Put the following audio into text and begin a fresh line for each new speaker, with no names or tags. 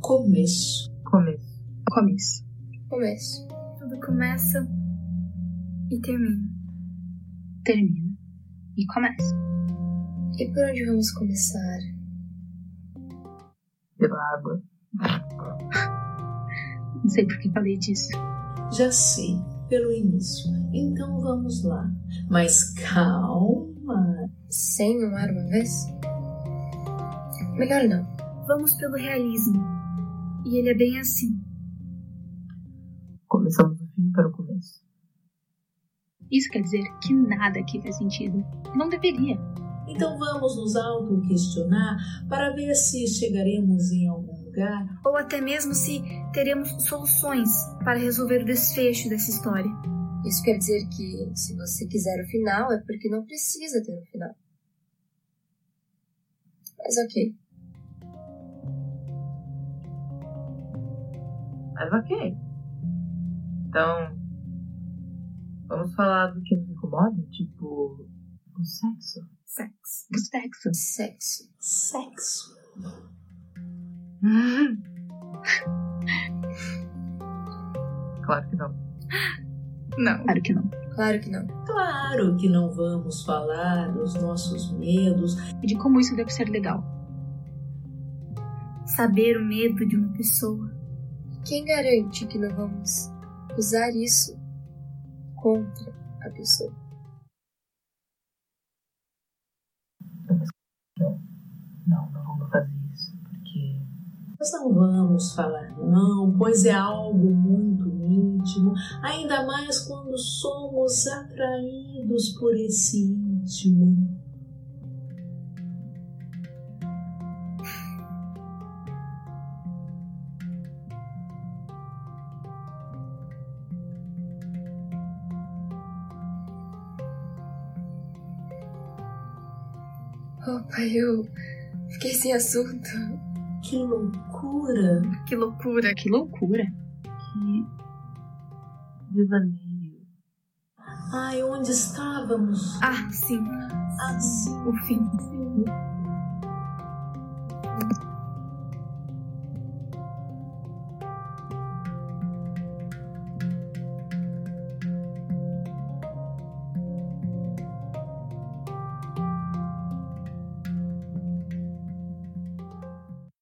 começo.
Começo.
Começo.
Começo.
Tudo começa e termina.
Termina e começa.
E por onde vamos começar?
Pela água.
Não sei por que falei disso.
Já sei, pelo início. Então vamos lá. Mas calma.
Sem um ar uma vez? Melhor não.
Vamos pelo realismo. E ele é bem assim.
Começamos do fim para o começo.
Isso quer dizer que nada aqui faz sentido. Não deveria.
Então vamos nos auto-questionar para ver se chegaremos em algum lugar.
Ou até mesmo se teremos soluções para resolver o desfecho dessa história.
Isso quer dizer que se você quiser o final é porque não precisa ter um final. Mas ok.
Mas ok. Então, vamos falar do que nos incomoda? Tipo, o sexo?
Sexo.
Do sexo.
Sexo.
Sexo.
Claro que não.
Não.
Claro que não.
Claro que não.
Claro que não vamos falar dos nossos medos.
E de como isso deve ser legal.
Saber o medo de uma pessoa.
Quem garante que não vamos usar isso contra a pessoa?
Não, não vamos fazer isso. Porque.
Nós não vamos falar não, pois é algo muito íntimo, ainda mais quando somos atraídos por esse íntimo.
Opa, Oh, eu fiquei sem assunto.
Que loucura!
Que loucura.
Que loucura.
Que. Devaneio.
Ai, onde estávamos?
Ah, sim.
Assim.
O fim.